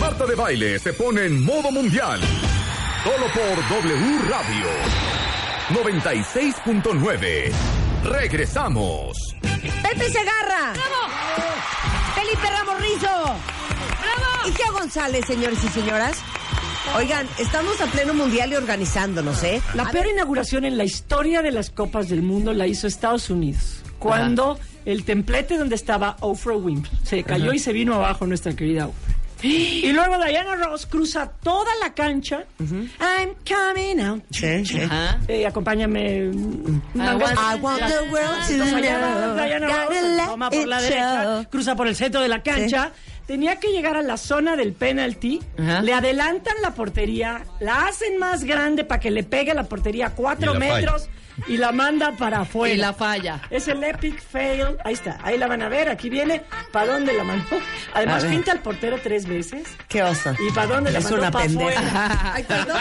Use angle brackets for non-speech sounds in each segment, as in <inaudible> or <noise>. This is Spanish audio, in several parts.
Marta de Baile se pone en modo mundial. Solo por W Radio 96.9. Regresamos. Pepe Segarra. Felipe Ramos Rizo. ¡Bravo! Y Gia González, señores y señoras. Oigan, estamos a pleno mundial y organizándonos, ¿eh? La A peor ver, inauguración en la historia de las Copas del Mundo la hizo Estados Unidos, cuando el templete donde estaba Oprah Winfrey se cayó y se vino abajo nuestra querida Oprah. Y luego Diana Ross cruza toda la cancha. I'm coming out. Ah, Eh, acompáñame. Mangas. I want the world to Entonces, allá va Diana know. Ross, Gotta toma let por la it derecha, show. cruza por el centro de la cancha. Tenía que llegar a la zona del penalti, le adelantan la portería, la hacen más grande para que le pegue a la portería a cuatro Y la falla. metros y la manda para afuera. Y la falla. Es el epic fail. Ahí está, ahí la van a ver, aquí viene. ¿Para dónde la mandó? Además, A ver. pinta al portero tres veces. Qué oso. ¿Y para dónde la Es mandó? una Pa' pendeja. afuera. Ay, perdón.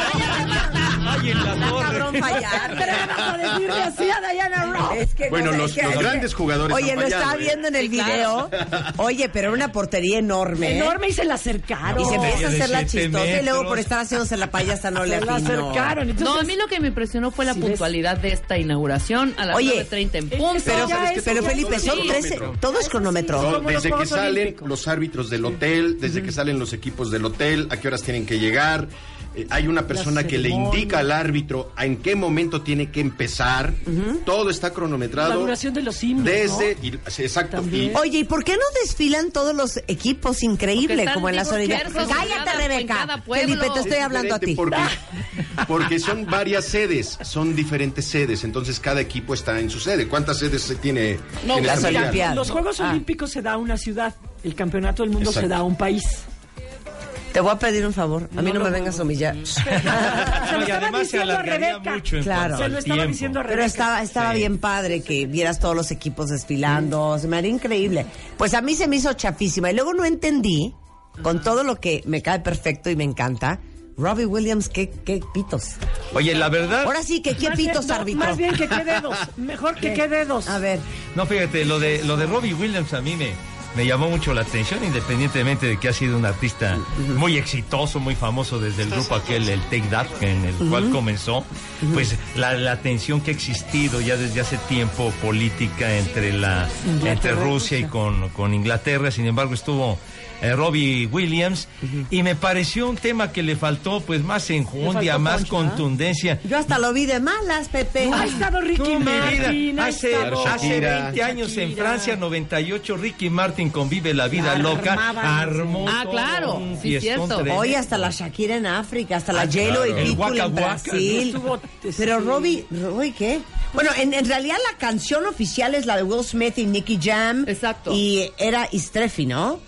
Ay, en la Está torre. cabrón fallar. Pero vamos a decirle así a Diana Ross. Es que Bueno, no sé, los- que- los es que- grandes jugadores Oye, han lo estaba fallado, ¿eh? viendo en el Sí, claro. video. Oye, pero era una portería enorme. ¿eh? Enorme y se la acercaron. Y se empieza a Portería de hacer la siete chistosa y luego metros. por estar haciéndose la payasa no le Se la afinó. acercaron. No, a Entonces, mí lo que me impresionó fue la Sí, ves. puntualidad de esta inauguración a las Oye, eh, 9.30 en es que punto. eso Pero, ya es- pero ya Felipe, es son un 13. cronómetro. Todo es cronómetro. Eso No, Como los desde que Juegos salen Olímpicos. los árbitros del hotel, desde que salen los equipos del hotel, a qué horas tienen que llegar. eh, hay una persona que le ceremonia. indica al árbitro a en qué momento tiene que empezar. Todo está cronometrado. La duración de los himnos, Desde, ¿no? y- sí, exacto. También. y- Oye, ¿y por qué no desfilan todos los equipos? Porque Increíble, están como en las dispersos orillas. en Cállate, cada- en Rebeca. cada pueblo. Felipe, te estoy es hablando a ti. diferente <laughs> Porque, porque son varias sedes, son diferentes sedes, entonces cada equipo está en su sede. ¿Cuántas sedes se tiene No, en las esta Olimpiadas. mundial? Los Juegos Ah. Olímpicos se da a una ciudad, el Campeonato del Mundo se Exacto. da a un país. Te voy a pedir un favor. A mí No no me lo- vengas a humillar. se lo y estaba además se diciendo a alargaría Rebeca. mucho en Claro. cuanto Se al lo estaba tiempo. diciendo a Rebeca. Pero estaba, estaba Sí. bien padre que vieras todos los equipos desfilando, se me haría increíble. Pues a mí se me hizo chafísima y luego no entendí, con todo lo que me cae perfecto y me encanta, Robbie Williams, qué, qué pitos. Oye, la verdad, Ahora sí que qué Más bien, pitos, no, árbitro. Más bien que qué dedos. <laughs> Mejor que qué dedos. A ver, no fíjate, lo de lo de Robbie Williams a mí me me llamó mucho la atención, independientemente de que ha sido un artista muy exitoso, muy famoso desde el grupo aquel, el Take That, en el cual comenzó, pues la, la tensión que ha existido ya desde hace tiempo política entre la entre Rusia y con, con Inglaterra, sin embargo estuvo eh, Robbie Williams y me pareció un tema que le faltó pues más enjundia, más contundencia. yo hasta lo vi de malas, Pepe. Ha estado Ricky Tú, mi Martin. vida. ha Hace, estado- hace Shakira. 20 años en Shakira. Francia, 98, Ricky Martin convive la vida loca. armaban, Armó sí. Ah, todo claro, un sí, fiestón cierto. tremendo. Hoy hasta la Shakira en África, hasta la J-Lo Ah, claro. y El Pitbull Waka en Waka, ¿no? Brasil. Estuvo, eh, este, Pero Robbie, Robbie, ¿qué? Bueno, en, en realidad la canción oficial es la de Will Smith y Nicky Jam. Exacto. Y era Istrefi, ¿no?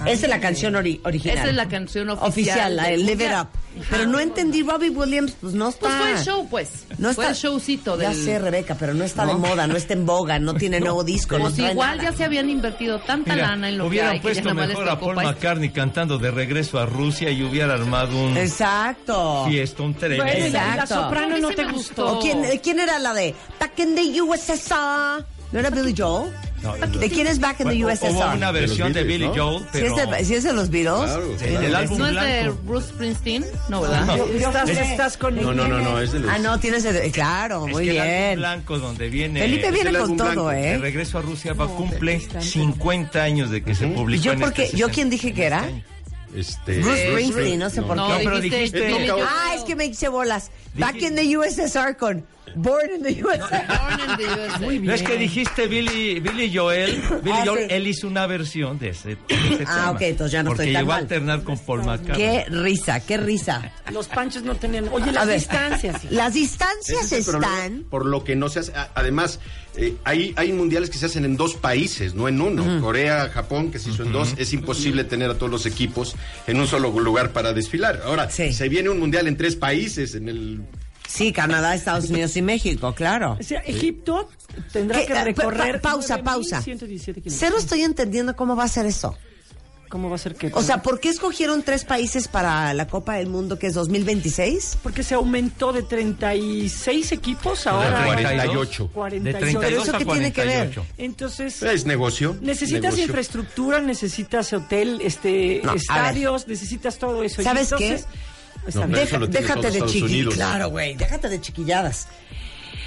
Ah, Esa es la canción ori- original. Esa es la canción oficial la de del Live It mundial. Up. Pero no entendí, Robbie Williams, pues no está. Pues fue el show, pues. No fue está, el showcito del... Ya sé, Rebeca, pero no está de moda, no está en boga, no <laughs> tiene nuevo disco. no Pues trae igual nada. ya se habían invertido tanta Mira, lana en lo que hubieran hay que ya puesto nada más les mejor a tocó Paul pa' este- McCartney cantando de regreso a Rusia y hubiera armado un Exacto. fiestón tremendo. Bueno, Pues, y la, la Exacto. A soprano mí no sí te me gustó. gustó. ¿O quién, eh, quién era la de Back in the USSR? ¿No era Billy Joel? No, ¿De quién es Back in the Bueno, Hubo USSR? una De los versión de Beatles, Billy ¿no? Joel, ¿Si es, pero de, si es de los Beatles? Claro, Sí, del claro. álbum ¿No es de blanco. Bruce Springsteen? No, ¿verdad? No. Estás, Es- estás con No, no, no, no, es de los- Ah, no, tienes... el- claro, Es muy que el álbum bien. blanco donde viene Felipe el viene con álbum todo, blanco, De ¿eh? regreso a Rusia va cumple 50 años de que se ¿Y publicó. yo en porque este Yo quién dije que era? 60 años. Este, Bruce Springsteen, no sé por No, qué. pero dijiste... dijiste- Billy Joel. Ah, es que <laughs> me hice bolas. Dije- Back in the USSR con Born in the USSR. Born in <laughs> the USA. No es que dijiste Billy, Billy Joel. Billy Ah, Joel, sí. él hizo una versión de ese, de ese Ah, tema. ok, entonces ya no Porque estoy tan llegó mal. a alternar con Paul McCartney. Qué risa, qué risa. Los panchos no tenían. Oye, A las ver, distancias. sí. Las Ese distancias es el problema, están... Por lo que no se hace. a- Además, eh, hay, hay mundiales que se hacen en dos países, no en uno. Corea, Japón, que se hizo en dos. Es imposible tener a todos los equipos en un solo lugar para desfilar. Ahora, Sí. se viene un mundial en tres países, en el. Sí, Canadá, Estados Unidos y México, claro. O sea, Egipto tendrá ¿Qué? que Pa- pa- recorrer. pausa, pausa. 9.117 kilómetros. Cero estoy entendiendo cómo va a ser eso. ¿Cómo va a ser que? O sea, ¿por qué escogieron tres países para la Copa del Mundo que es 2026? porque se aumentó de 36 equipos ahora a 48. 48. De 32 ¿Pero eso a qué tiene que ver? 48. Entonces, Es negocio. necesitas negocio. infraestructura, necesitas hotel, este No, a estadios, necesitas todo eso. Y ¿Sabes entonces, está No, bien. eso lo tiene todo déjate de Estados chiquilladas. Unidos. Claro, güey, déjate de chiquilladas.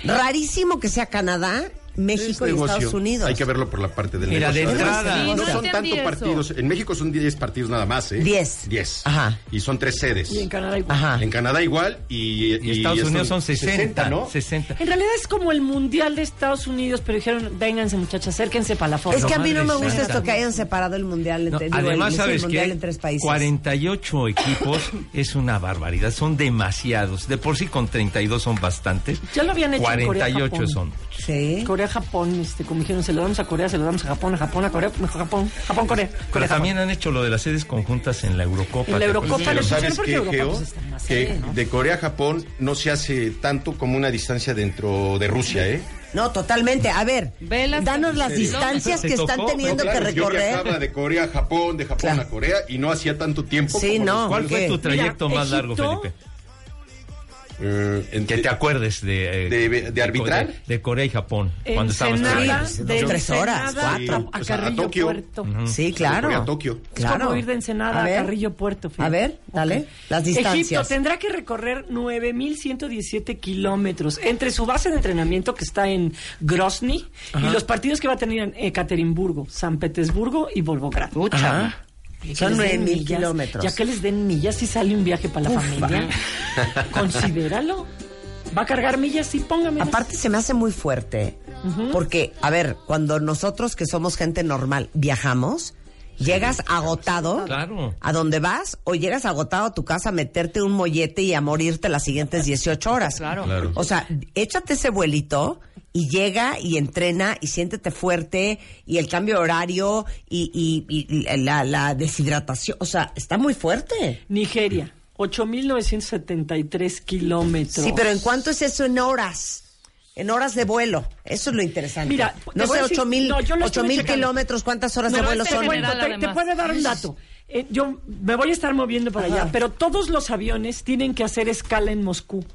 Rarísimo que sea Canadá, México y negocio. Estados Unidos. Hay que verlo por la parte del Mira, de negocio. entrada. Sí, No son entendí tanto eso. partidos. En México son 10 partidos nada más, ¿eh? 10. 10. Ajá. Y son tres sedes. Y en Canadá igual. Ajá. En Canadá igual. Y, Y Estados Unidos son 60, 60 ¿no? <laughs> 60. En realidad es como el mundial de Estados Unidos, pero dijeron, vénganse muchachas, acérquense para la foto. Es que a mí no me Madre gusta santa. esto que hayan separado el mundial. No, entre- digo, además, el, ¿sabes el mundial qué? en tres países. 48 equipos <laughs> es una barbaridad, son demasiados. De por sí con 32 son bastantes. Ya lo habían hecho en Corea, 48 Japón. son. Sí. Corea, Japón, este, como dijeron, se lo damos a Corea, se lo damos a Japón, a Japón, a Corea, mejor Japón, Japón, Corea. Pero Corea, también Japón. han hecho lo de las sedes conjuntas en la Eurocopa. En la ¿te Eurocopa acuerdas? Pero Pero sabes porque que, Europa, Geo, pues, está más que cerca, ¿no? de Corea a Japón no se hace tanto como una distancia dentro de Rusia, ¿eh? No, totalmente. A ver, Ve las- danos las ¿En serio? distancias ¿Te que están tocó? teniendo No, que claro, Yo recorrer. viajaba de Corea a Japón, de Japón Claro. a Corea y no hacía tanto tiempo. Sí, como no. los- ¿Cuál fue Porque- tu trayecto Mira, más largo, Egipto- Felipe? Eh, Que entre- te acuerdes de... eh, ¿De- de arbitrar? De, de Corea y Japón. cuando estabas Ensenada, trabajando. de Dos, tres Ensenada horas, cuatro. A, O sea, a Carrillo Tokio. Puerto. Sí, claro. Corea a Tokio. Claro. Es como ir de Ensenada a, ver. Carrillo Puerto. fíjate. A ver, dale, las Egipto distancias. tendrá que recorrer 9.117 kilómetros entre su base de entrenamiento que está en Grozny y los partidos que va a tener en Ekaterimburgo, San Petersburgo y Volgograd. Ajá. Ya que Son les den 9,000 millas, kilómetros. Ya que les den millas si sale un viaje para la Uf, familia. <laughs> Considéralo. Va a cargar millas y póngame. Aparte se me hace muy fuerte, porque, a ver, cuando nosotros que somos gente normal viajamos, llegas agotado Claro. a donde vas o llegas agotado a tu casa a meterte un mollete y a morirte las siguientes 18 horas. Claro. Claro. O sea, échate ese vuelito y llega y entrena y siéntete fuerte y el cambio de horario y, y- y- y la, la deshidratación. O sea, está muy fuerte. Nigeria, 8.973 kilómetros. Sí, pero ¿en cuánto es eso en horas? En horas de vuelo. Eso es lo interesante. Mira, no te voy sé, a decir- ocho mil, no, yo lo ocho estuve mil checando. kilómetros, ¿cuántas horas de No, vuelo te, son? cuento, general, te- te además. puedo dar un dato. Eh, yo me voy a estar moviendo para allá, pero todos los aviones tienen que hacer escala en Moscú.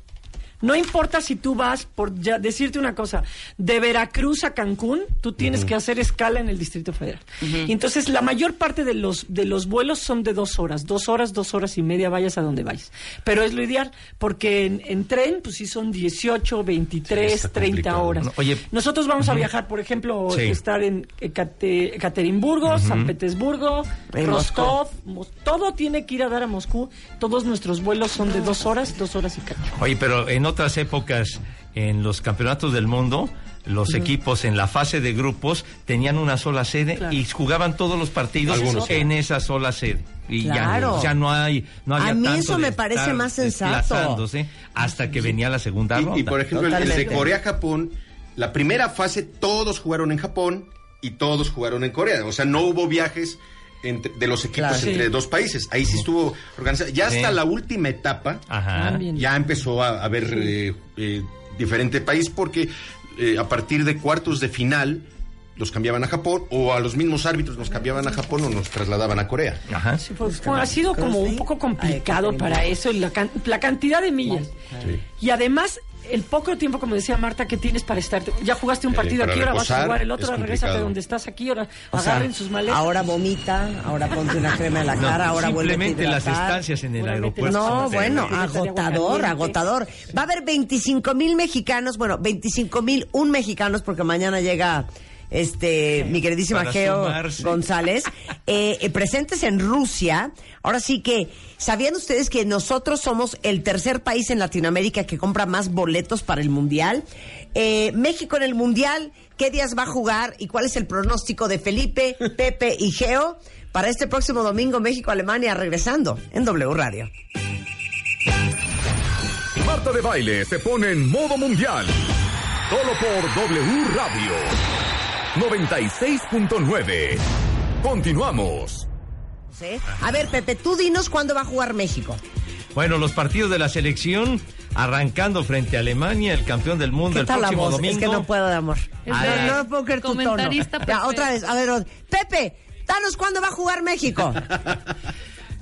No importa si tú vas, por ya decirte una cosa, de Veracruz a Cancún, tú tienes que hacer escala en el Distrito Federal. Y entonces la mayor parte de los, de los vuelos son de dos horas, dos horas, dos horas y media, vayas a donde vayas. Pero es lo ideal, porque en, en tren, pues sí son 18, 23, está 30 complicado. horas. No, oye, Nosotros vamos a viekatar, por ejemplo, Sí. estar en Ekate- Ekaterimburgo, San Petersburgo, En Rostov, Mos- todo tiene que ir a dar a Moscú. Todos nuestros vuelos son de dos horas, dos horas y cacho. Oye, pero en otras épocas, en los campeonatos del mundo, los equipos en la fase de grupos tenían una sola sede Claro. y jugaban todos los partidos Algunos, sí. en esa sola sede. Y ya- Claro. ya, no hay, no A había mí tanto eso de me parece estar más sensato. desplazándose Hasta que venía la segunda ronda. Y, y, por ejemplo, el- el, de Totalmente. Corea a Japón, la primera fase todos jugaron en Japón y todos jugaron en Corea. O sea, no hubo viajes entre- de los equipos Claro. entre Sí. dos países. Ahí sí estuvo organizado. Ya hasta Sí. la última etapa, Ajá. También. ya empezó a a haber eh, eh, diferente país porque eh, a partir de cuartos de final los cambiaban a Japón o a los mismos árbitros nos cambiaban a Japón o nos trasladaban a <laughs> Corea. Ajá. Pues, fue- ha sido como un poco complicado para eso, y la, can- la cantidad de millas. Sí. Y además, el poco tiempo, como decía Marta, que tienes para estar. Ya jugaste un Eh, partido para aquí, ahora vas a reposar jugar el es otro, ahora complicado. regresate donde estás aquí, ahora O sea, agarren sus maletas. Ahora vomita, ahora ponte una crema en la No, cara, ahora vuelve a simplemente las hidratar. estancias en el Seguramente aeropuerto. las- No, son bueno, terribles. terrible. agotador, Caliente. agotador. Va a haber 25 mil mexicanos, bueno, 25 mil un mexicanos, porque mañana llega este mi queridísima Para Geo sumarse. González, eh, eh, presentes en Rusia. Ahora sí que, ¿sabían ustedes que nosotros somos el tercer país en Latinoamérica que compra más boletos para el Mundial? Eh, México en el Mundial, ¿qué días va a jugar y cuál es el pronóstico de Felipe, <laughs> Pepe y Geo? Para este próximo domingo, México-Alemania, regresando en W Radio. Marta de Baile se pone en modo mundial. Solo por W Radio 96.9. Continuamos. ¿eh? A ver, Pepe, tú dinos cuándo va a jugar México. Bueno, los partidos de la selección arrancando frente a Alemania, el campeón del mundo ¿Qué el tal la próximo voz? domingo. Es que no puedo de amor. Es verdad. No, no puedo creer tu tono. Comentarista Ya, perfecto. otra vez, a ver, o- Pepe, Danos cuándo va a jugar México.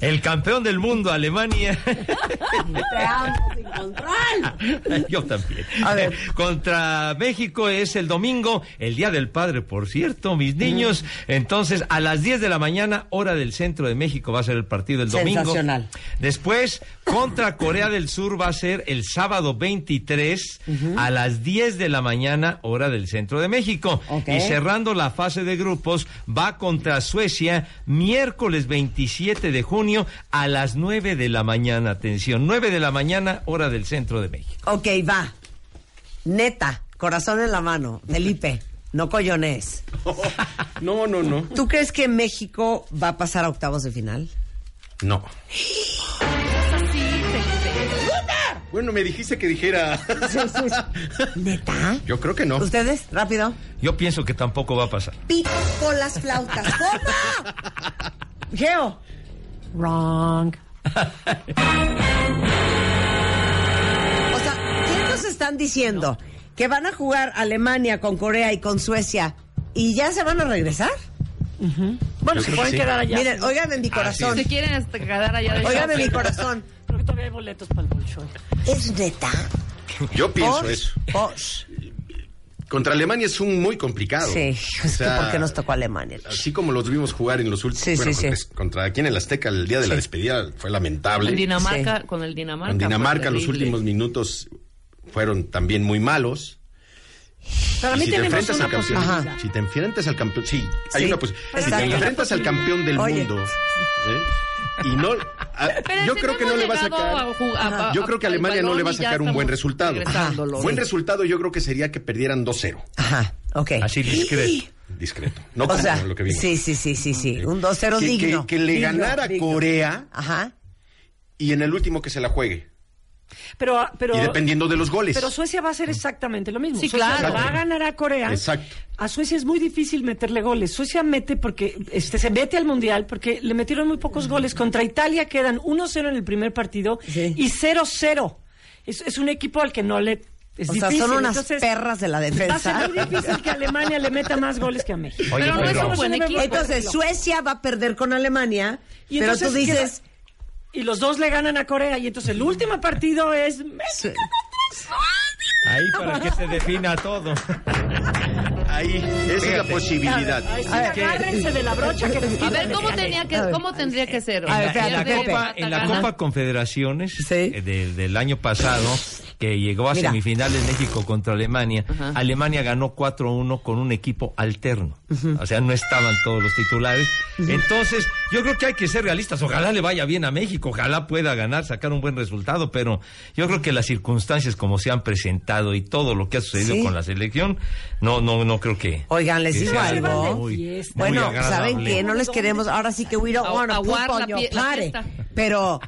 El campeón del mundo, Alemania. <laughs> <laughs> Te amo sin control. <laughs> Yo también. A ver. <laughs> Contra México es el domingo, el Día del Padre, por cierto, mis niños. Entonces, a las 10 de la mañana, hora del centro de México, va a ser el partido el domingo. Sensacional. Después, contra Corea del Sur va a ser el sábado 23 a las 10 de la mañana, hora del centro de México. Ok. Y cerrando la fase de grupos, va contra Suecia miércoles 27 de junio a las 9 de la mañana. Atención, 9 de la mañana, hora del centro de México. Ok, va. Neta, corazón en la mano. Felipe, no collones. No, no, no. ¿Tú crees que México va a pasar a octavos de final? No. Bueno, me dijiste que dijera. ¿Neta? Yo creo que no. ¿Ustedes? Rápido. Yo pienso que tampoco va a pasar. Pito con las flautas. ¿Cómo? Geo. Wrong. O sea, ¿qué nos están diciendo? ¿Que van a jugar Alemania con Corea y con Suecia y ya se van a regresar? Bueno, Yo se creo pueden que sí. quedar allá. Miren, óiganme mi corazón. Se quieren hasta quedar allá de Óiganme mi shopping. corazón. Creo que todavía hay boletos para el Bolshoi. ¿Es neta? Yo pienso Por- eso. por- Contra Alemania es un muy complicado. Sí, <laughs> O es que sea, ¿por qué nos tocó Alemania? Así como los vimos jugar en los últimos. Sí, bueno, sí, contra, sí. contra aquí en el Azteca, el día de la despedida fue lamentable. Con Dinamarca, Sí. con el Dinamarca. Con Dinamarca, fue los terrible. últimos minutos fueron también muy malos. Para Y mí si te tenemos enfrentas una al campeón, posibilidad. si te enfrentas al campeón, sí, hay Sí, una posibilidad. Si te exacto. enfrentas al campeón del Oye. mundo ¿eh? y no, a- <laughs> Pero yo si creo que no hemos le va a llegado sacar. a ju- a- a- yo creo que al Alemania no balón le va a y ya sacar un buen estamos resultado. regresándolo. Buen Sí. resultado yo creo que sería que perdieran 2-0, Ajá, ok. Así discreto. discreto. No O como sea, lo que vimos. sí, sí, sí, sí, sí. Un 2-0 Que- que- digno. que le Digno, ganara digno. Corea. Ajá. Y en el último que se la juegue. Pero, ah, pero, y dependiendo de los goles. pero Suecia va a hacer exactamente lo mismo. Sí, Suecia claro. Va a ganar a Corea. Exacto. A Suecia es muy difícil meterle goles. Suecia mete porque este, se mete al mundial porque le metieron muy pocos goles. Contra Italia quedan 1-0 en el primer partido Sí. y 0-0. Es, es un equipo al que no le. Es O sea, difícil. son unas Entonces, perras de la Va a ser defensa. muy difícil que Alemania le meta más goles que a México. Oye, Pero no es pero- un buen equipo. Entonces, Suecia va a perder con Alemania, Y pero entonces tú dices... queda- Y los dos le ganan a Corea y entonces el último partido es México. Ahí para que se defina todo. Ahí, esa es la Fíjate. posibilidad. Ay, sí, A ver, ¿qué? agárrense de la brocha que les A quitan. ver, ¿cómo, tenía que, A ver. ¿cómo tendría que ser? A ver, en espérate, la, espérate. Copa, en la Gana. Copa Confederaciones Sí. eh, del- del año pasado, que llegó a Mira. semifinales México contra Alemania, Alemania ganó 4-1 con un equipo alterno. O sea, no estaban todos los titulares. Entonces, yo creo que hay que ser realistas. Ojalá le vaya bien a México, ojalá pueda ganar, sacar un buen resultado, pero yo creo que las circunstancias como se han presentado y todo lo que ha sucedido Sí. con la selección, no, no, no creo que... Oigan, les que digo sea algo. muy- muy Bueno, ¿saben agradable. qué? No les queremos... Ahora sí que we don't A- want to poop aguar la on your pie- la party. fiesta. Pero...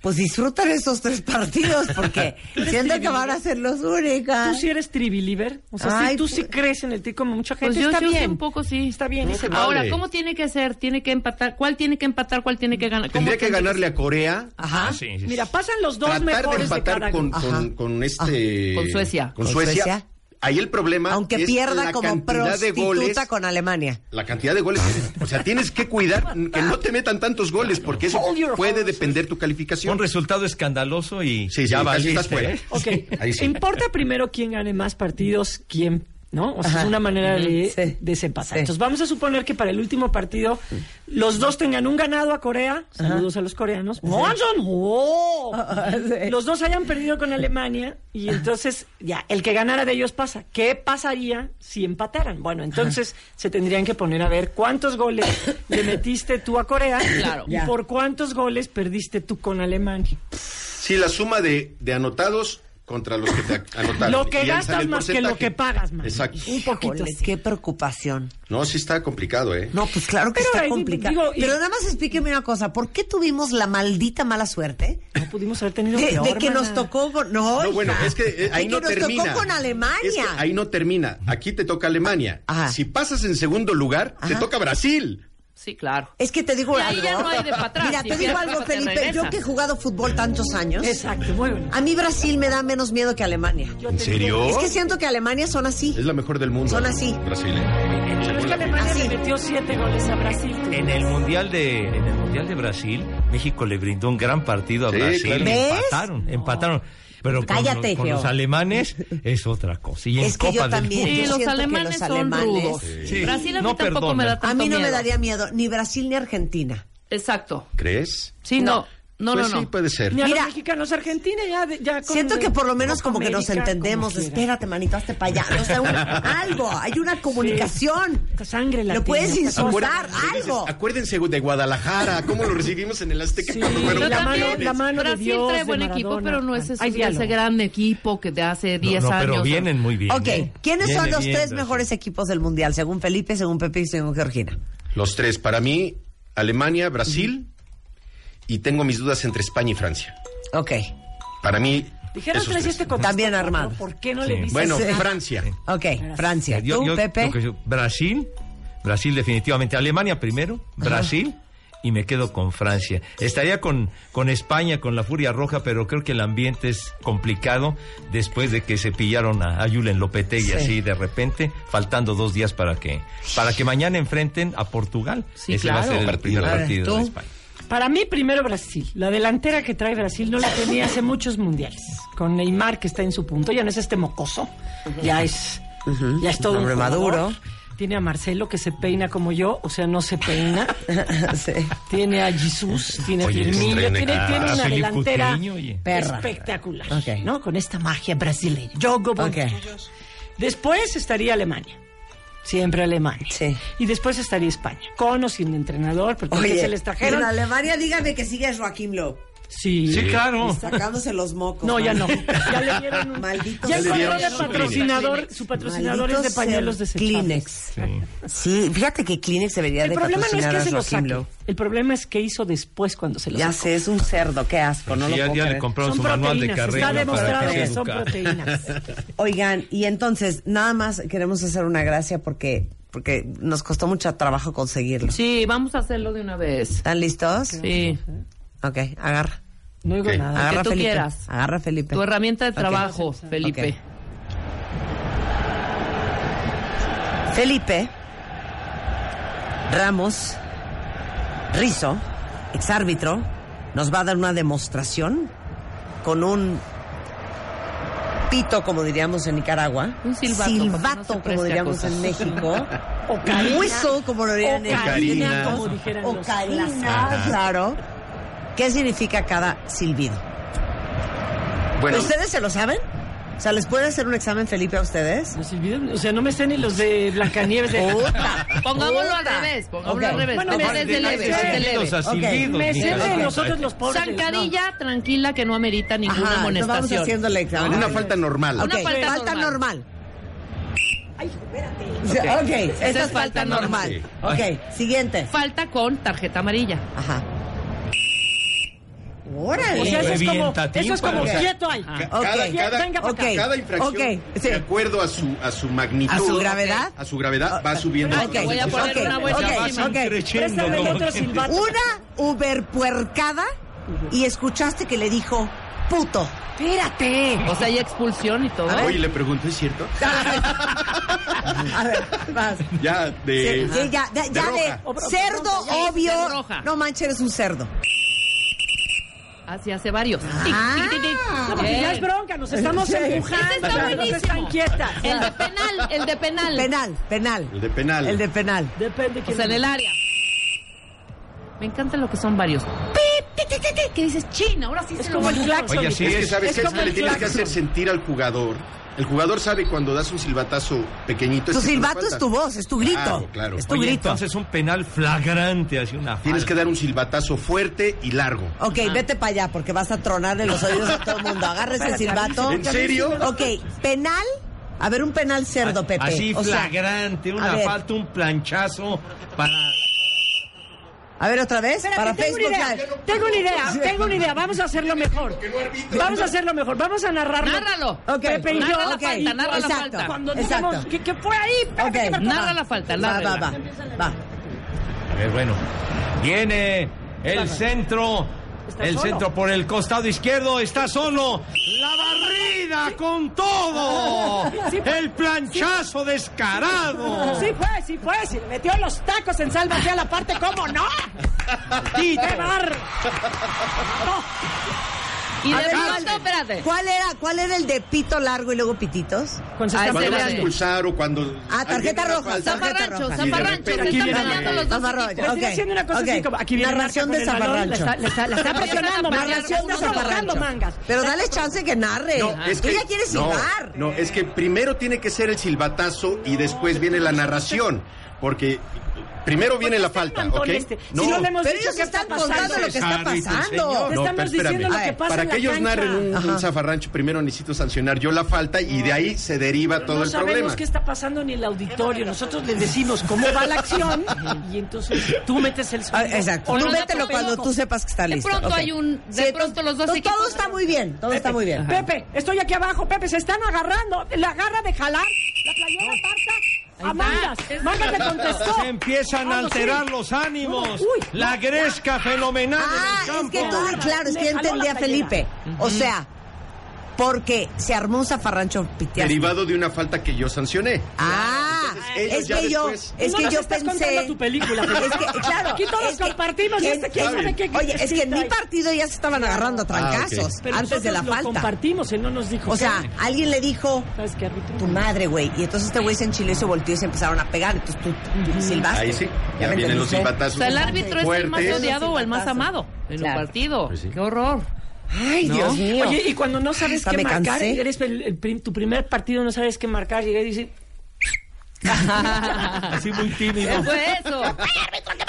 Pues disfrutan esos tres partidos porque <laughs> siento que van a ser los Tú únicos. sí eres tribiliver. O sea, Ay, sí, tú pues- sí crees en el ti como mucha gente. Pues yo, está yo sí bien. un poco sí. Está bien. ese- Vale. Ahora, ¿cómo tiene que ser? ¿Tiene que empatar? ¿Cuál tiene que empatar? ¿Cuál tiene que ganar? ¿Cómo Tendría que tendría ganarle a Corea. Ajá. Ah, Sí, sí, sí. Mira, pasan los dos Tratar de mejores de empatar cada con, grupo. con, con este. Con Suecia. Con Con Suecia. Suecia. Ahí el problema. Aunque es pierda la como cantidad de goles. prostituta con Alemania. La cantidad de goles. O sea, tienes que cuidar que no te metan tantos goles, porque eso Hold your puede horses. depender tu calificación. Un resultado escandaloso y Sí, sí, ya casi valiste, estás fuera. ¿eh? Ok. Ahí sí. Importa primero quién gane más partidos, quién. ¿No? O sea, es Ajá. una manera de Sí. desempatar. Sí. Entonces, vamos a suponer que para el último partido los dos tengan un ganado a Corea. Saludos a los coreanos. ¡Monson! ¡Oh! <laughs> Sí. Los dos hayan perdido con Alemania y entonces ya, el que ganara de ellos pasa. ¿Qué pasaría si empataran? Bueno, entonces se tendrían que poner a ver cuántos goles le metiste tú a Corea Claro. y Ya. por cuántos goles perdiste tú con Alemania. Sí, la suma de, de anotados contra los que te anotaron. Lo que Y ahí gastas sale el más que lo porcentaje. que pagas, man. Exacto. Un poquito. Híjole, sí. qué preocupación. No, sí está complicado, ¿eh? No, pues claro que Pero está ahí, complicado. digo, y- Pero nada más explíqueme una cosa. ¿Por qué tuvimos la maldita mala suerte No pudimos haber tenido de, de peor, que mana. nos tocó con... No, No, hija. bueno, es que eh, De ahí no nos termina. tocó con Alemania. Es que ahí no termina. Aquí te toca Alemania. Ajá. Si pasas en segundo lugar, te Ajá. toca Brasil. Sí, claro. Es que te digo Y ahí algo. ya no hay de pa' atrás, Mira, si te digo pierdes, algo, te Felipe. regresan. Yo que he jugado fútbol tantos años, Exacto, muy bien. a mí Brasil me da menos miedo que Alemania. Yo ¿En te digo- serio? Es que siento que Alemania son así. Es la mejor del mundo. Son así. Brasil. ¿eh? Pero es que Alemania Así. le metió siete goles a Brasil. En el mundial de en el mundial de Brasil, México le brindó un gran partido a Sí, Brasil. claro. ¿Ves? Empataron, empataron. Pero con, Cállate, los, con Geo. los alemanes es otra cosa. Y en Es que yo Copa del también, Mundo- yo Sí, los siento que alemanes los son alemanes- rudos. Sí. Brasil a mí tampoco No perdonan. me da A tanto mí no me miedo. daría miedo ni Brasil ni Argentina. Exacto. ¿Crees? Sí, no. No, Pues no, sí, no. puede ser. Ni a Mira. los mexicanos, Argentina ya... de- ya con- Siento que por lo menos como que nos América, entendemos. como quiera. Espérate, manito, hazte para allá. O <laughs> sea, un- algo. Hay una comunicación. Sangre Lo latina. puedes esta cosa. insultar, Dices, algo. Acuérdense de Guadalajara, cómo lo recibimos en el Azteca. <laughs> Sí, cuando fueron Pero la también mano- la mano de Brasil Dios, trae de buen equipo, Maradona. pero no es ese, Hay ese diálogo. gran equipo que de hace No, 10 no, años. pero vienen muy bien. ¿eh? Ok, ¿quiénes Viene son los bien tres Brasil. mejores equipos del Mundial? Según Felipe, según Pepe y según Georgina. Los tres, para mí, Alemania, Brasil y tengo mis dudas entre España y Francia. Ok. Para mí, Dijeron esos tres y tres. este contestó, También armado. ¿no? ¿Por qué no Sí. le dices? Bueno, Sí. Francia. Ok, Francia. Eh, Yo- ¿Tú, yo Pepe? creo que yo- Brasil, Brasil definitivamente. Alemania primero, Brasil y me quedo con Francia. Estaría con, con España, con la Furia Roja, pero creo que el ambiente es complicado después de que se pillaron a, a Julen Lopetegui Sí. así de repente, faltando dos días para que, para que mañana enfrenten a Portugal. Sí, Ese va a claro. ser el primer A ver, partido de ¿tú? España. Para mí, primero Brasil. La delantera que trae Brasil no la tenía hace muchos mundiales. Con Neymar, que está en su punto. Ya no es este mocoso. Ya es. Ya es todo. Hombre un jugador. maduro. Tiene a Marcelo, que se peina como yo. O sea, no se peina. <laughs> Sí. tiene a Jesús. Tiene Oye, a Firmino. estrena Tiene, a tiene una Felipe delantera Coutinho, oye. Perra. espectacular. Ok. ¿No? Con esta magia brasileña. Jogo Ok. Después estaría Alemania. Siempre Alemania. Sí. Y después estaría España. Con o sin entrenador, porque Oye, se les trajeron. en Alemania dígame que sigue Joaquín Lowe. Sí. Sí, claro. Sacándose los mocos. No, ya no. <laughs> maldito. Ya le dieron un... Malditos Ya le encontró dieron de su patrocinador, su patrocinador es de Malditos pañuelos ser desechables. Kleenex. Sí. Sí, fíjate que Kleenex debería El de problema no es patrocinar que se a lo Joaquín saque. Lowe. El problema es que hizo después cuando se lo Ya sacó. sé, es un cerdo, qué asco, no Pues Sí, lo ¿eh? ya, puedo ya le creer. compraron Son su manual de proteínas, carrera. está demostrado para que, que se son educa. proteínas. Oigan, y entonces, nada más queremos hacer una gracia porque, porque nos costó mucho trabajo conseguirlo. Sí, vamos a hacerlo de una vez. ¿Están listos? Sí. Ok, agarra. No digo Ok. nada. Agarra tú Felipe. quieras. Agarra Felipe. Tu herramienta de Ok. trabajo, Felipe. Felipe Ramos Rizo, exárbitro, nos va a dar una demostración con un pito, como diríamos en Nicaragua, Un silbato, para que no se silbato preste como a diríamos en cosas. <laughs> México, Ocarina. hueso, como lo dirían en Ocarina, en- como dijeran los ocarina, Ajá. claro. ¿Qué significa cada silbido? Bueno, ¿Ustedes se lo saben? O sea, ¿les puede hacer un examen Felipe a ustedes? Los silbidos, o sea, no me sé ni los de Blancanieves. De... <laughs> Puta. Pongámoslo al Puta. revés, pongámoslo Ok. al revés. Bueno, Bueno, me- me- desde leve, me- desde me- Silbidos leve. a Ok. silbidos, me sé Nicolás. de nosotros los pobres. ¿no? Zancadilla tranquila que no amerita ninguna Ajá, entonces vamos amonestación. haciendo la examen. una falta normal. Ok, Una falta normal. normal. Ok, esa Esa es falta normal. normal. Ok, siguiente. Falta con tarjeta amarilla. Ajá. O Pues sea, Órale. eso es como, Revienta eso es como tímpano. quieto ahí. Ca- Ok. Cada, cada- Venga para Ok. acá. cada infracción, Ok, sí. de acuerdo a su, a su magnitud, ¿A su gravedad? a su gravedad, va subiendo. Ok, Te voy a poner ok, una buena ok, próxima. ok. Creciendo, Préstame el como otro que- silbato. Una uberpuercada y escuchaste que le dijo puto. Espérate. O sea, hay expulsión y todo. Oye, le pregunto, ¿es cierto? A ver, vas. Ya, Sí, de... sí, ya, ya- ya roja. de cerdo ya, obvio. de roja. No manches, eres un cerdo. Así hace varios. Ah. Tic, tic, tic, tic. No, porque ya es Bien. bronca, nos estamos Sí. empujando. Ese está nos buenísimo. están quietas. El de penal, el de penal. Penal, El penal. de penal. El de penal. Depende O quién sea, en el área. Me encanta lo que son varios. Pi, ti, ti, ti, ti, Que dices, china, ahora sí Es se como lo el mandaron". claxon. Oye, sí Es que sabes Es qué? Es como que el le tienes que claxon. hacer sentir al jugador. El jugador sabe cuando das un silbatazo pequeñito. es Tu que te silbato falta. es tu voz, es tu grito. Claro, claro. Es tu Oye, grito. entonces un penal flagrante hacia una Tienes falta. que dar un silbatazo fuerte y largo. Ok, vete para allá porque vas a tronarle los oídos a todo el mundo. Agarra ese silbato. ¿En serio? Ok, penal. A ver, un penal cerdo, Pepe. Así O sea, flagrante, a una ver. falta, un planchazo para... A ver, otra vez. para Espérate, Facebook tengo una idea, Live. tengo una idea, tengo una idea, vamos a hacerlo mejor. Vamos a hacerlo mejor, vamos a narrarlo. Nárralo. Ok, Pepe y yo, Narra la ok, falta, narra la exacto. falta. Cuando Exacto. digamos que, que fue ahí, Pepe, Ok. que marcó. Narra la falta, Va, narra. va, va. Va. ver, Eh, bueno. Viene el centro. Está El solo. centro por el costado izquierdo. Está solo. La barrida <laughs> con todo. El planchazo descarado. Sí fue, sí fue, si le metió los tacos en Sálvase a la parte, ¿cómo no? Tito. ¡Qué bar! Y A de ver, pronto, espérate. ¿Cuál era, ¿Cuál era el de pito largo y luego pititos? Con sus Ah, Cuando ese vas era a de- expulsar o cuando. Ah, tarjeta alguien roja, haga falta. tarjeta Zafarrancho, roja. zafarrancho, se Aquí están viene- peleando los dos. Zafarrancho. equipos. Le Ok, estoy haciendo una cosa ok. así como aquí viene Narración Marca con de el balón, Zafarrancho. la está- la está- la está presionando, Marca, Narración de uno zaparrancho. mangas. Pero dale chance que narre. No, es Tú que- ya quieres no, silbar. No, es que primero tiene que ser el silbatazo y después viene la narración. Porque primero viene la falta, ¿ok? No, este, si no le hemos pero dicho ellos qué está están contando pasando. lo que está Harry, pasando. señor. Te No, estamos pero diciendo lo espérame. que pasa Para en que la ellos cancha. narren un, un zafarrancho, primero necesito sancionar yo la falta y de ahí se deriva todo no el sabemos problema. qué está pasando en el auditorio. Nosotros les decimos cómo va la acción y entonces tú metes el Ah, sonido. exacto. O Tú no da mételo papel. cuando tú sepas que está De listo. pronto Ok. hay un- de entonces- pronto los dos entonces equipos- Todo está muy bien. Todo está muy bien. Pepe, estoy aquí abajo. Pepe, se están agarrando. La agarra de jalar. La playera aparta. A mangas. Mangas le contestó. Se empiezan a Ah, no, sí. alterar los ánimos. Uy, La no. gresca fenomenal Ah, en el es que campo. entonces, claro, es Le que ya jaló la entendí a playera. Felipe. O sea, porque se armó un zafarrancho piteado. Derivado de una falta que yo sancioné. Ah, ellos es ya que yo, después- es No que nos yo estás pensé. contando tu película, Felipe. <laughs> Es que, claro. Aquí todos es que- compartimos y es- este quién está sabe bien. qué- Oye, es que en mi está ahí. partido ya se estaban agarrando a trancazos Ah, ok. Pero antes de nosotros la lo falta. compartimos, él no nos dijo. O qué. sea, alguien le dijo, ¿sabes qué, árbitro? tu madre, güey. Y entonces este güey se enchiló y se volteó y se empezaron a pegar. Entonces tú, tú silbaste. Ahí sí, Ah, ¿Ya ya me vienen entendiste? los O silbatazos. sea, el árbitro es el más Fuertes. odiado o el más amado en un Claro. partido. Pues sí. Qué horror. Ay, Dios mío. Oye, y cuando no sabes Hasta qué me marcar, cansé. eres el- el prim- tu primer partido, no sabes qué marcar, llega y dice, Así muy <laughs> ¿Qué tímido. fue <laughs> eso?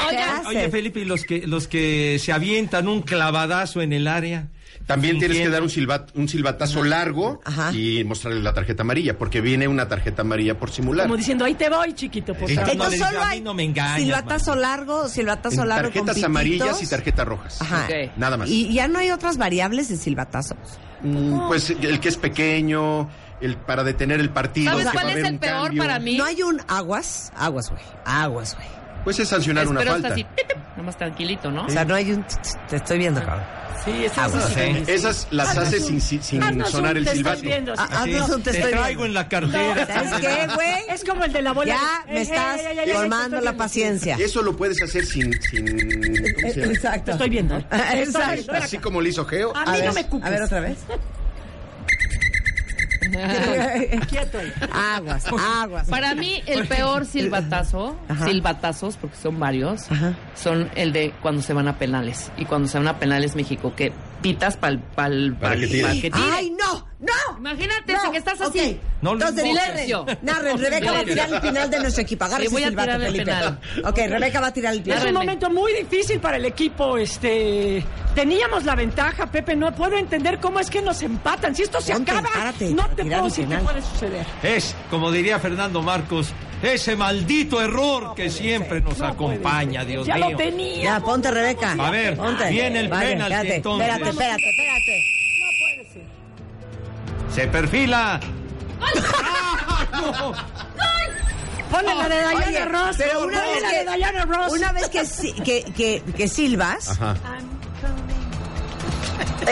Oigan, haces? Oye, Felipe, ¿y los que, los que se avientan un clavadazo en el área? También tienes que Fingiendo. dar un, silbat- un silbatazo largo Ajá. y mostrarle la tarjeta amarilla, porque viene una tarjeta amarilla por simular. como diciendo, ahí te voy, chiquito, por Sí. favor. no le Entonces diga, solo a mí hay no me engañas, silbatazo largo, silbatazo En largo con tarjetas pititos. amarillas y tarjetas rojas. Ajá. Ok. Nada más. Y ya no hay otras variables de silbatazos. Mm, Pues el que es pequeño, el para detener el partido. ¿Sabes que va cuál a es haber el un peor cambio. para mí? No hay un aguas, aguas, güey. Aguas, güey. Pues es sancionar Espero una hasta falta. así, nomás tranquilito, ¿no? O sea, no hay un. tss, tss, Te estoy viendo, cabrón. Sí, es así. Aguas, ¿eh? Esas las haces sin, sin- sin Haznos sonar un el te estoy silbato. viendo, sí. Ah, ah, Sí, no, te estoy traigo viendo. en la cartera. ¿Sabes qué, güey? Es como el de la bola. Ya de- me Eh, estás eh, eh, eh, eh, te formando estoy la viendo. paciencia. Eso lo puedes hacer sin. sin Eh, ¿cómo se llama? Te estoy viendo. Te estoy viendo. Exacto. Así como le hizo Geo. A A mí no ver, me cuques. A ver, otra vez. Quieto ahí. Aguas, aguas. Para mí, el peor silbatazo, Ajá. silbatazos, porque son varios, Ajá. son el de cuando se van a penales. Y cuando se van a penales, México, que pitas pa'l, pa'l, Para pa'l- que tire. pa'l que tire. ¡Ay, no! ¡No! Imagínate que estás así. ok. No lo Entonces, invoques. narren, narren, Rebeca va a tirar el final de nuestro equipo. Agarre Le voy ese a silbato, tirar el Felipe. penal. Ok, Rebeca va a tirar el Es un penal. Narren. momento muy difícil para el equipo. Este, teníamos la ventaja, Pepe. No puedo entender cómo es que nos empatan. Si esto se Ponte, acaba, párate, no para te tirar puedo un decir qué penal. puede suceder. Es, como diría Fernando Marcos, ese maldito error que siempre nos No puede acompaña, ser. Dios ya mío. lo tenía. Ya, ponte, Rebeca. A ver, Ponte. viene el Vale, penalti, espérate, entonces. Espérate, espérate, espérate. Se perfila. Ponle la de Dayana Oye, Ross. pero una Ponle vez la que- de Dayana Ross. Una vez que, si- que, que, que silbas, Ajá.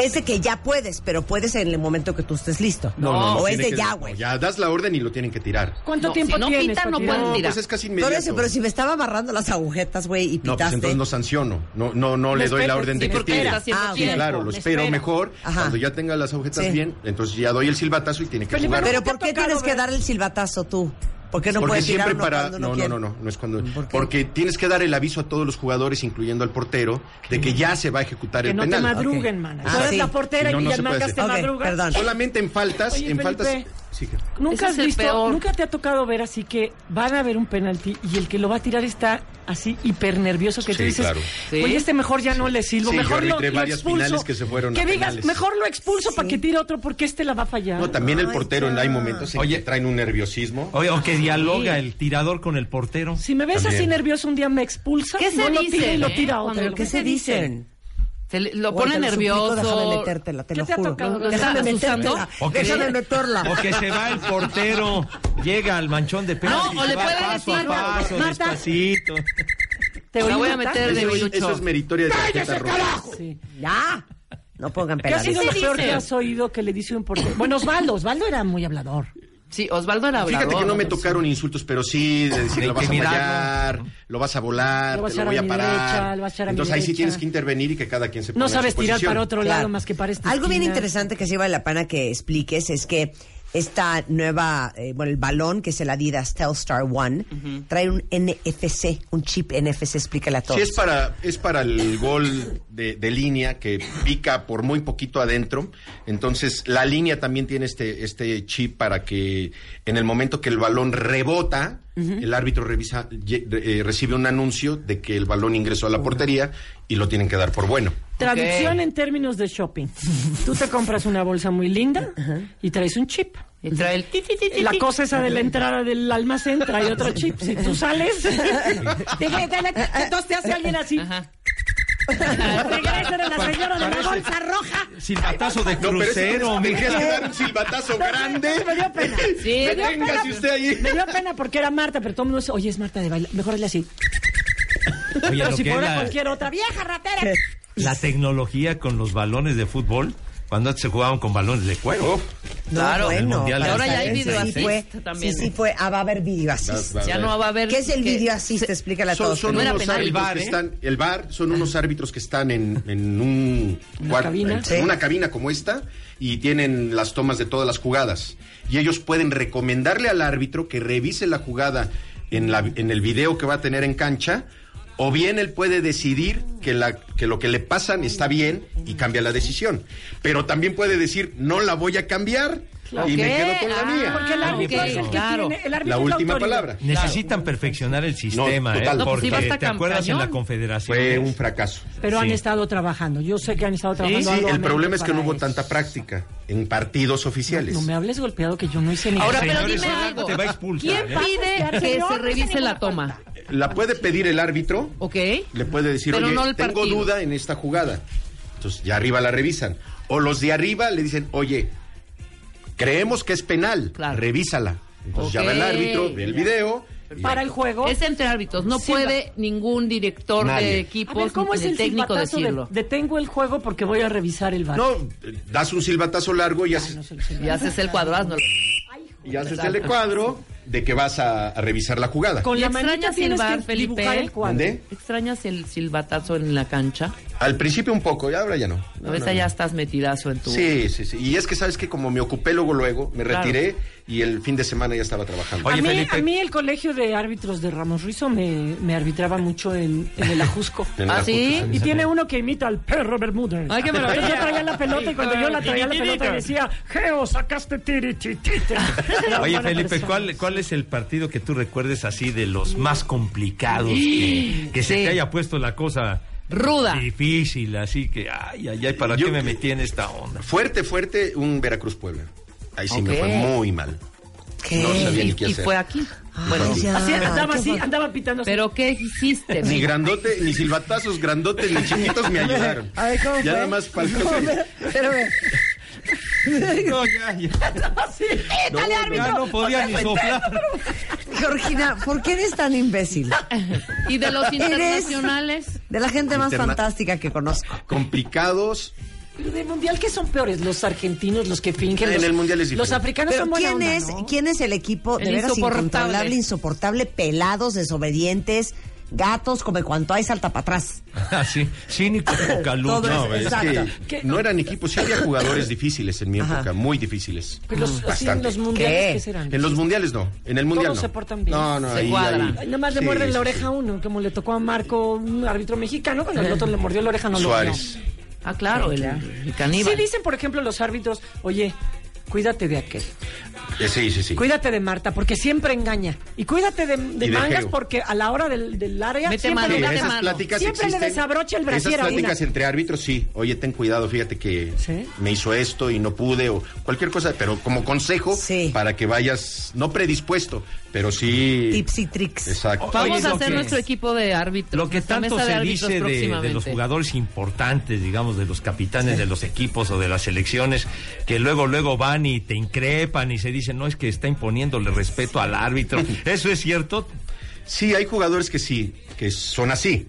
es de que ya puedes, pero puedes en el momento que tú estés listo. o es tiene de que- ya, no, güey. Ya das la orden y lo tienen que tirar. ¿Cuánto No, tiempo si no tienes? pitan, no para pueden tirar? No, Mira. pues es casi Por inmediato. eso, pero si me estaba amarrando las agujetas, güey, y No, pues pitaste. entonces no sanciono. No, no, no le doy la orden de sí, que porque tire. está haciendo Ah, ok. tiempo. Claro, lo Me espero espera. mejor. Ajá. Cuando ya tenga las agujetas Sí. bien, entonces ya doy el silbatazo y tiene que Felipe, jugar. pero ¿Por ¿por qué te qué ha tienes tocado que ver? dar el silbatazo tú? ¿Por qué no porque puedes tirar siempre uno para cuando uno no no quiere? no no no es cuando ¿Por qué? porque tienes que dar el aviso a todos los jugadores incluyendo al portero de que ya se va a ejecutar Que el no te penal madruguen, Ok. mana. Ah, Tú eres sí. la portera Si no, y no ya se puede marcas te hacer. Ok, madrugas. perdón. solamente en faltas Oye, en Felipe. faltas sí, que- Ese Nunca has es el visto, peor. nunca te ha tocado ver así que van a haber un penalti y el que lo va a tirar está así hiper nervioso que tú Sí, dices, claro. Sí. oye, este mejor ya no le silbo, Sí, yo mejor lo, arbitré lo varias expulso. finales que se fueron a digas, penales. mejor lo expulso Sí. para que tire otro porque este la va a fallar. no también el Ay, portero ya. hay momentos en Oye. que traen un nerviosismo Oye, o que dialoga el tirador con el portero. si me ves así También. nervioso un día me expulsa, ¿Qué se no lo dice, tira y lo eh? tira a otro. ¿Pero Cuando- qué se dicen? Se le- lo Güey, pone te lo suplico, nervioso. Déjame metértela, te ¿Qué lo te ha juro. tocado? ¿Lo Déjame estás asusando? metértela. O que, Déjame se, meterla. o que se va el portero, llega al manchón de penalti. No, o se le va puede paso a decir, paso, Marta. despacito. Te Te La oí voy a matar. meter de Eso, es- Bolucho. eso es meritoria de tarjeta roja. Sí. Ya. No pongan ¿Qué ha penales. sido lo Sí, peor que dice. has oído que le dice un portero? Bueno, Osvaldo, Osvaldo era muy hablador. Sí, Osvaldo era Fíjate hablador. que no me tocaron insultos, pero sí de decir De lo vas a intimidarlo. fallar, lo vas a volar, Lo vas te lo a voy echar a a mi parar. derecha, lo vas a echar a mi Entonces ahí sí derecha. tienes que intervenir y que cada quien se ponga No en su sabes tirar posición. para otro lado Claro. más que para esta Algo bien esquina. interesante que sí vale la pena que expliques es que esta nueva, eh, bueno, el balón que es el Adidas Telstar One, trae un NFC, un chip NFC, explícale a todos. Sí, es para, es para el gol de, de línea que pica por muy poquito adentro. Entonces, la línea también tiene este, este chip para que en el momento que el balón rebota, el árbitro revisa, ye- re- eh, recibe un anuncio de que el balón ingresó a la portería y lo tienen que dar por bueno. Traducción en términos de <laughs> shopping. Tú te compras una bolsa muy linda y traes un chip. Y trae el ti, ti, ti, ti, La ti. cosa esa de la entrada del almacén trae otro chip. Si tú <laughs> sales, te- te- te- entonces te hace alguien así. Ajá. Regresen a la señora de la bolsa roja. Silbatazo de No, pero ese crucero, mi tendrías que dar un silbatazo grande. <laughs> Me dio pena. Sí, me dio Deténgase pena. usted ahí. Me dio pena porque era Marta, pero todo el mundo dice, oye, es Marta de baile. Mejor hazle así. Oye, pero lo si que es fuera la- cualquier otra vieja ratera. la tecnología con los balones de fútbol, cuando antes se jugaban con balones de cuero. Uf, No, Claro. El bueno. mundial pero ahora ya hay sí video assist fue- también. Sí, sí fue. Ah, va a haber video assist. Va, va. Ya no va a haber. ¿Qué es el que- video assist? Explícale a son, todos. son no era unos penal. árbitros El VAR, que ¿eh? están, el bar son unos árbitros que están en, en un Una cuar- cabina. en Sí. una cabina como esta y tienen las tomas de todas las jugadas y ellos pueden recomendarle al árbitro que revise la jugada en la en el video que va a tener en cancha o bien él puede decidir que, la, que lo que le pasan está bien y cambia la decisión. Pero también puede decir, no la voy a cambiar y me Ok, quedo con la ah, mía. Porque el árbitro ok, es el que claro. tiene. El árbitro la es la última autoridad. palabra. Necesitan perfeccionar el sistema, No, ¿eh? total. No, pues porque sí, va a estar te cam- acuerdas en la cañón. confederación. Fue un fracaso. Pero han Sí. estado trabajando. Yo sé que han estado Sí, trabajando. sí, el arduamente problema es que no para hubo eso. tanta práctica en partidos oficiales. No me hables golpeado que yo no hice ni nada. Ahora, pero Señores, dime ahora algo. te va a expulsar, ¿Quién ¿eh? pide que se revise la toma? La puede pedir el árbitro, ¿Ok? le puede decir, Pero oye, no el tengo partido". duda en esta jugada. Entonces, ya arriba la revisan. O los de arriba le dicen, oye, creemos que es penal, Claro. revísala. Entonces ya va el Ok. árbitro, ve el video. y Para ya. el juego. Es entre árbitros. No Sí, puede ningún director de Nadie. A equipos ver, ¿cómo ni es el técnico silbatazo de- decirlo. detengo el juego porque voy a revisar el bar? No, eh, das un silbatazo largo y haces, Y haces el cuadrado. y haces el cuadro de que vas a, a revisar la jugada. Con Y la extrañas manita el tienes VAR, que Felipe. dibujar el cuadro. ¿Dónde? ¿Extrañas el silbatazo en la cancha? Al principio un poco, y ahora ya no. No, A veces no, ya no. estás metidazo en tu... Sí, sí, sí. Y es que sabes que como me ocupé luego, luego, me Claro. retiré y el fin de semana ya estaba trabajando. Oye, a, mí, Felipe. a mí el colegio de árbitros de Ramos Rizo me, me arbitraba mucho en, en el ajusco. <laughs> En ¿Ah, la sí? justa. Y tiene uno que imita al perro Bermúdez. Ay, qué maravilla. Yo traía la pelota y cuando yo la traía la pelota decía, Geo, sacaste tirititita. Era Oye, buena Felipe, persona. ¿cuál, ¿cuál es el partido que tú recuerdes así de los más complicados? <gasps> Que, que se Sí. te haya puesto la cosa Ruda. difícil, así que, ay, ay, ay, ¿para Yo- qué me metí en esta <laughs> onda? Fuerte, fuerte, un Veracruz Puebla. Ahí sí Ok. me fue muy mal. ¿Qué? No sabía ni Y, qué y hacer. fue aquí. Bueno, Ay, ya. Así andaba Qué así, bueno. andaba pitando así. ¿pero qué <laughs> hiciste? Ni mi- grandote, ni silbatazos grandotes, ni chiquitos me <laughs> ayudaron. A ver, ¿cómo ya fue? nada más faltó. No, pero- espérame. No, ya, ya. <laughs> No, ya no podía ni soplar. Georgina, ¿por qué eres tan imbécil? ¿Y de los internacionales? De la gente más Interna- fantástica que conozco. <laughs> Complicados. Pero del mundial, ¿qué son peores? Los argentinos, los que fingen. En los- el mundial es Los diferente. africanos Pero son buena ¿quién, onda, es, ¿no? ¿quién es el equipo de El veras insoportable. incontrolable, insoportable, pelados, desobedientes, gatos, come cuanto hay, salta para atrás? <laughs> Así, Ah, cínico, poca luz. Todo No, eh, es- ¿ves? Es Exacto. que no eran equipos, sí había jugadores difíciles en mi Ajá. época, muy difíciles. Pero Pues los, así en Mm, Bastante. los mundiales, ¿Qué? ¿qué, serán? En los mundiales no, en el mundial Todos no. se portan bien. No, no, Se ahí, cuadran. ahí- Nada más le Sí, muerden sí, la sí. oreja a uno, como le tocó a Marco, un árbitro mexicano, cuando el otro le mordió la oreja, no lo Suárez. Ah, claro, el, el caníbal. Sí dicen, por ejemplo, los árbitros, oye, cuídate de aquel, Eh, Sí, sí, sí. cuídate de Marta, porque siempre engaña. Y cuídate de, de Y de mangas, Geo. porque a la hora del, del área Mete siempre mano, le Sí, mete gana. mano. esas pláticas Siempre le existen. desabrocha el brasier a Esas una. pláticas entre árbitros, sí. Oye, ten cuidado, fíjate que Sí. me hizo esto y no pude, o cualquier cosa, pero como consejo, Sí. para que vayas, no predispuesto, pero sí. Tips y tricks. Exacto. Vamos Oye, a lo hacer que- nuestro equipo de árbitros. Lo que nuestra tanto mesa de se árbitros dice de- de, próximamente. los jugadores importantes, digamos, de los capitanes de los equipos o de las selecciones, que luego, luego van y <laughs> te increpan y se dicen, no, es que está imponiéndole respeto al árbitro. ¿Eso es cierto? Sí, hay jugadores que sí, que son así.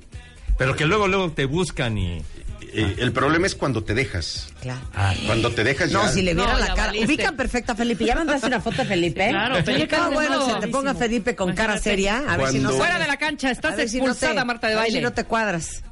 Pero que luego, luego te buscan y. Eh, el problema es cuando te dejas. Claro. Ah. Cuando te dejas ya. No, si le No, vieran la la cara. valiste. Ubican perfecta a Felipe. ¿Ya mandaste una foto a Felipe? Claro, Felipe. Felipe es bueno que se guapísimo. te ponga Felipe con cara Imagínate. seria. A ver si no Cuando- se- Fuera de la cancha, a estás ver si no expulsada, te- Marta de a ver baile. si no te cuadras.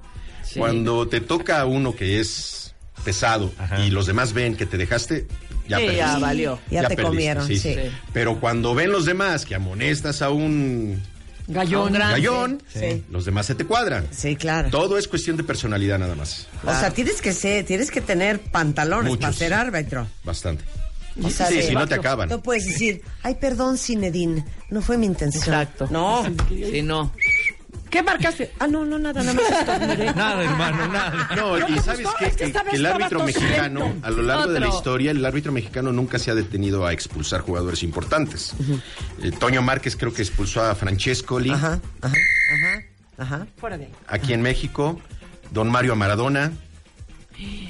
Cuando te toca a uno que es pesado Ajá. y los demás ven que te dejaste, ya Sí, ya perdiste. valió. Ya te perdiste, comieron, sí. Pero cuando ven los demás que amonestas a un Gallón. Gran- gallón, Sí. los demás se te cuadran. Sí, claro. Todo es cuestión de personalidad nada más. O sea, tienes que ser, tienes que tener pantalones Muchos. para ser árbitro. Bastante. O sea, Sí, de- si no te acaban. No puedes decir, ay, perdón, Sinedín, no fue mi intención. Exacto. No, Sí, no. ¿Qué marcaste? Ah, no, no, nada, nada más. estornudé. Nada, <laughs> hermano, nada. No, No y me sabes gustó, qué? es que que, esta vez que el estaba árbitro tosiendo. mexicano, a lo largo de la Otro. historia, el árbitro mexicano nunca se ha detenido a expulsar jugadores importantes. Eh, Toño Márquez creo que expulsó a Francescoli, Ajá, ajá, ajá, ajá. Fuera de ahí. aquí en México, don Mario a Maradona.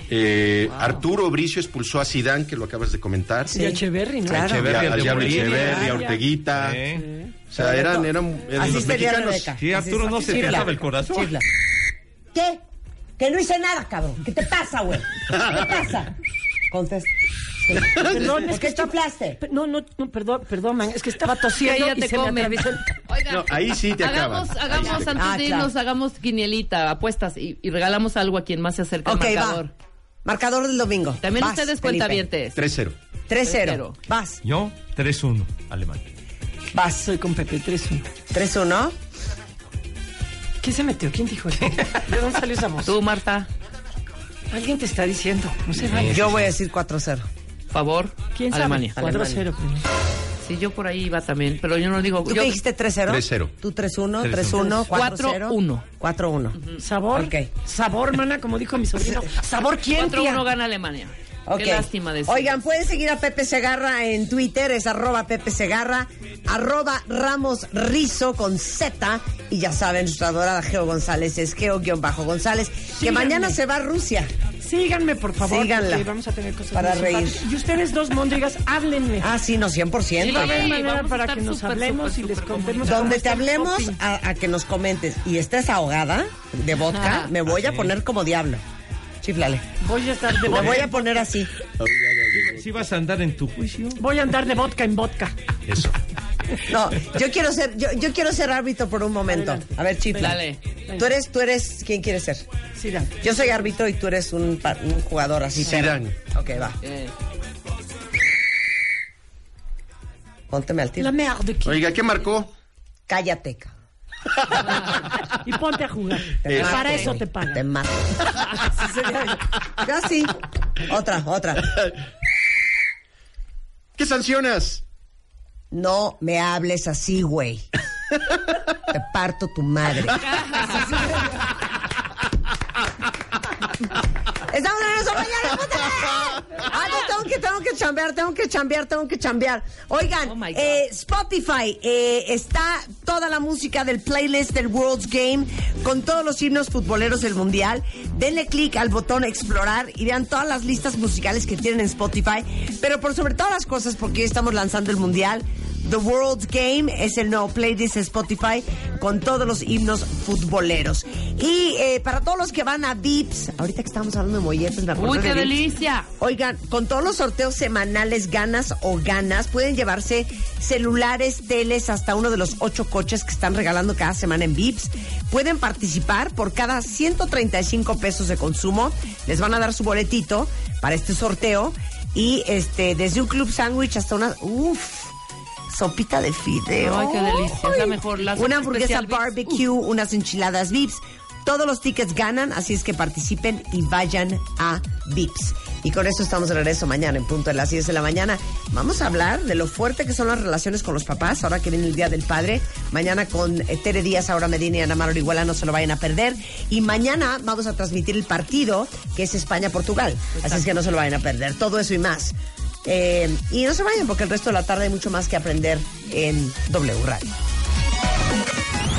Eh, Arturo Bricio expulsó a Sidán, que lo acabas de comentar. Sí. Y a Echeverri, ¿no? Claro. Y a- Echeverri, al al de Diablo Bolivia. Echeverri, a Ah, Orteguita. Sí. O sea, eran, eran, eran Así los sería mexicanos. Rebeca. Sí, Así Arturo, es. no se te Chifla. acaba el corazón. Chifla. ¿Qué? Que no hice nada, cabrón. ¿Qué te pasa, güey? ¿Qué pasa? Contesta. Sí. Perdón, es ¿Por que qué estaba- chiflaste? Pe- No, no, no, perdón, perdón, man, es que estaba Que tosiendo ya y te se me comen. atravesó el- <laughs> Oigan, No, ahí sí te hagamos, acaban. Hagamos, Ahí sí antes te acaban. Ah, de claro. irnos, hagamos quinielita, apuestas y, y regalamos algo a quien más se acerca Ok, al va. marcador. Marcador del domingo. También Vas, ustedes Felipe. cuentavientes. 3-0. 3-0. Vas, Yo, 3-1, alemán. vas. Soy con Pepe 3-1. 3-1. ¿Quién se metió? ¿Quién dijo eso? ¿De dónde salió esa voz? Tú, Marta, Alguien te está diciendo. No se vale. Yo voy a decir 4-0. favor, ¿Quién sabe? Alemania. 4-0. primero. Sí, yo por ahí iba también, pero yo no digo. ¿Tú yo- qué dijiste 3-0? 3-0. Tú 3-1, 3-1, 3-1, 4-0. 4-1. 4-1. Sabor. Ok. Sabor, mana, como dijo mi sobrino. Sabor, ¿quién, tía? 4-1 gana Alemania. Ok. Qué lástima decir. Oigan, pueden seguir a Pepe Segarra en Twitter, es arroba Pepe Segarra, arroba Ramos Rizo con Z. Y ya saben, nuestra adorada Geo González es Geo-González, que Síganme. mañana se va a Rusia. Síganme, por favor. Síganla. porque Vamos a tener cosas Para muy reír. simpáticas. Y ustedes dos mondrigas, háblenme. Ah, sí, no, 100%. Sí, Va a haber Sí, manera vamos a para estar que nos súper, hablemos súper, y les súper contemos. cómo Donde te está el hablemos shopping. a, a que nos comentes y estés ahogada de vodka, me voy a poner como diablo. Chiflale. Voy a estar de Me voy voy a poner así. Si vas a andar en tu juicio, Pues voy a andar de vodka en vodka. Eso. No, yo quiero ser, yo, yo quiero ser árbitro por un momento. A ver, chifla. Dale. Tú eres, tú eres, ¿quién quieres ser? Sigan. Yo soy árbitro y tú eres un, pa- un jugador así. pero- Zidane. Ok, va. Eh, Pónteme al tiro. La merde. aquí. Oiga, ¿qué marcó? Cállate. ca- Y ponte a jugar. Te Eso. mato, Para eso güey. te pagan. Este, Te mato. Así sería yo. Yo así. Otra, otra. ¿Qué sancionas? No me hables así, güey. Te parto tu madre. Estamos en eso mañana, puta. Ah, no, tengo que, tengo que chambear, tengo que chambear, tengo que chambear. Oigan, Oh, my God. eh, Spotify eh, está toda la música del playlist del World's Game con todos los himnos futboleros del Mundial. Denle clic al botón explorar y vean todas las listas musicales que tienen en Spotify. Pero por sobre todas las cosas, porque hoy estamos lanzando el Mundial. The World's Game es el nuevo playlist de Spotify con todos los himnos futboleros. Y eh, para todos los que van a VIPs, ahorita que estamos hablando de molletes, me acuerdo Uy, de qué Vips. delicia. Oigan, con todos los sorteos semanales, ganas o ganas, pueden llevarse celulares, teles, hasta uno de los ocho coches que están regalando cada semana en VIPS. Pueden participar por cada 135 pesos de consumo. Les van a dar su boletito para este sorteo. Y este, desde un club sándwich hasta una. Uf, Sopita de fideo. Ay, qué delicia, es la Ay. mejor, la Una hamburguesa especial Vips. barbecue barbecue, unas enchiladas VIPs. Todos los tickets ganan, así es que participen y vayan a VIPs. Y con eso estamos de regreso mañana en punto de las 10 de la mañana. Vamos a hablar de lo fuerte que son las relaciones con los papás, ahora que viene el Día del Padre. Mañana con eh, Tere Díaz, Ahora Medina y Ana Mara Orihuela, no se lo vayan a perder. Y mañana vamos a transmitir el partido que es España-Portugal. Así es que no se lo vayan a perder. Todo eso y más. Eh, y no se vayan porque el resto de la tarde hay mucho más que aprender en W Radio.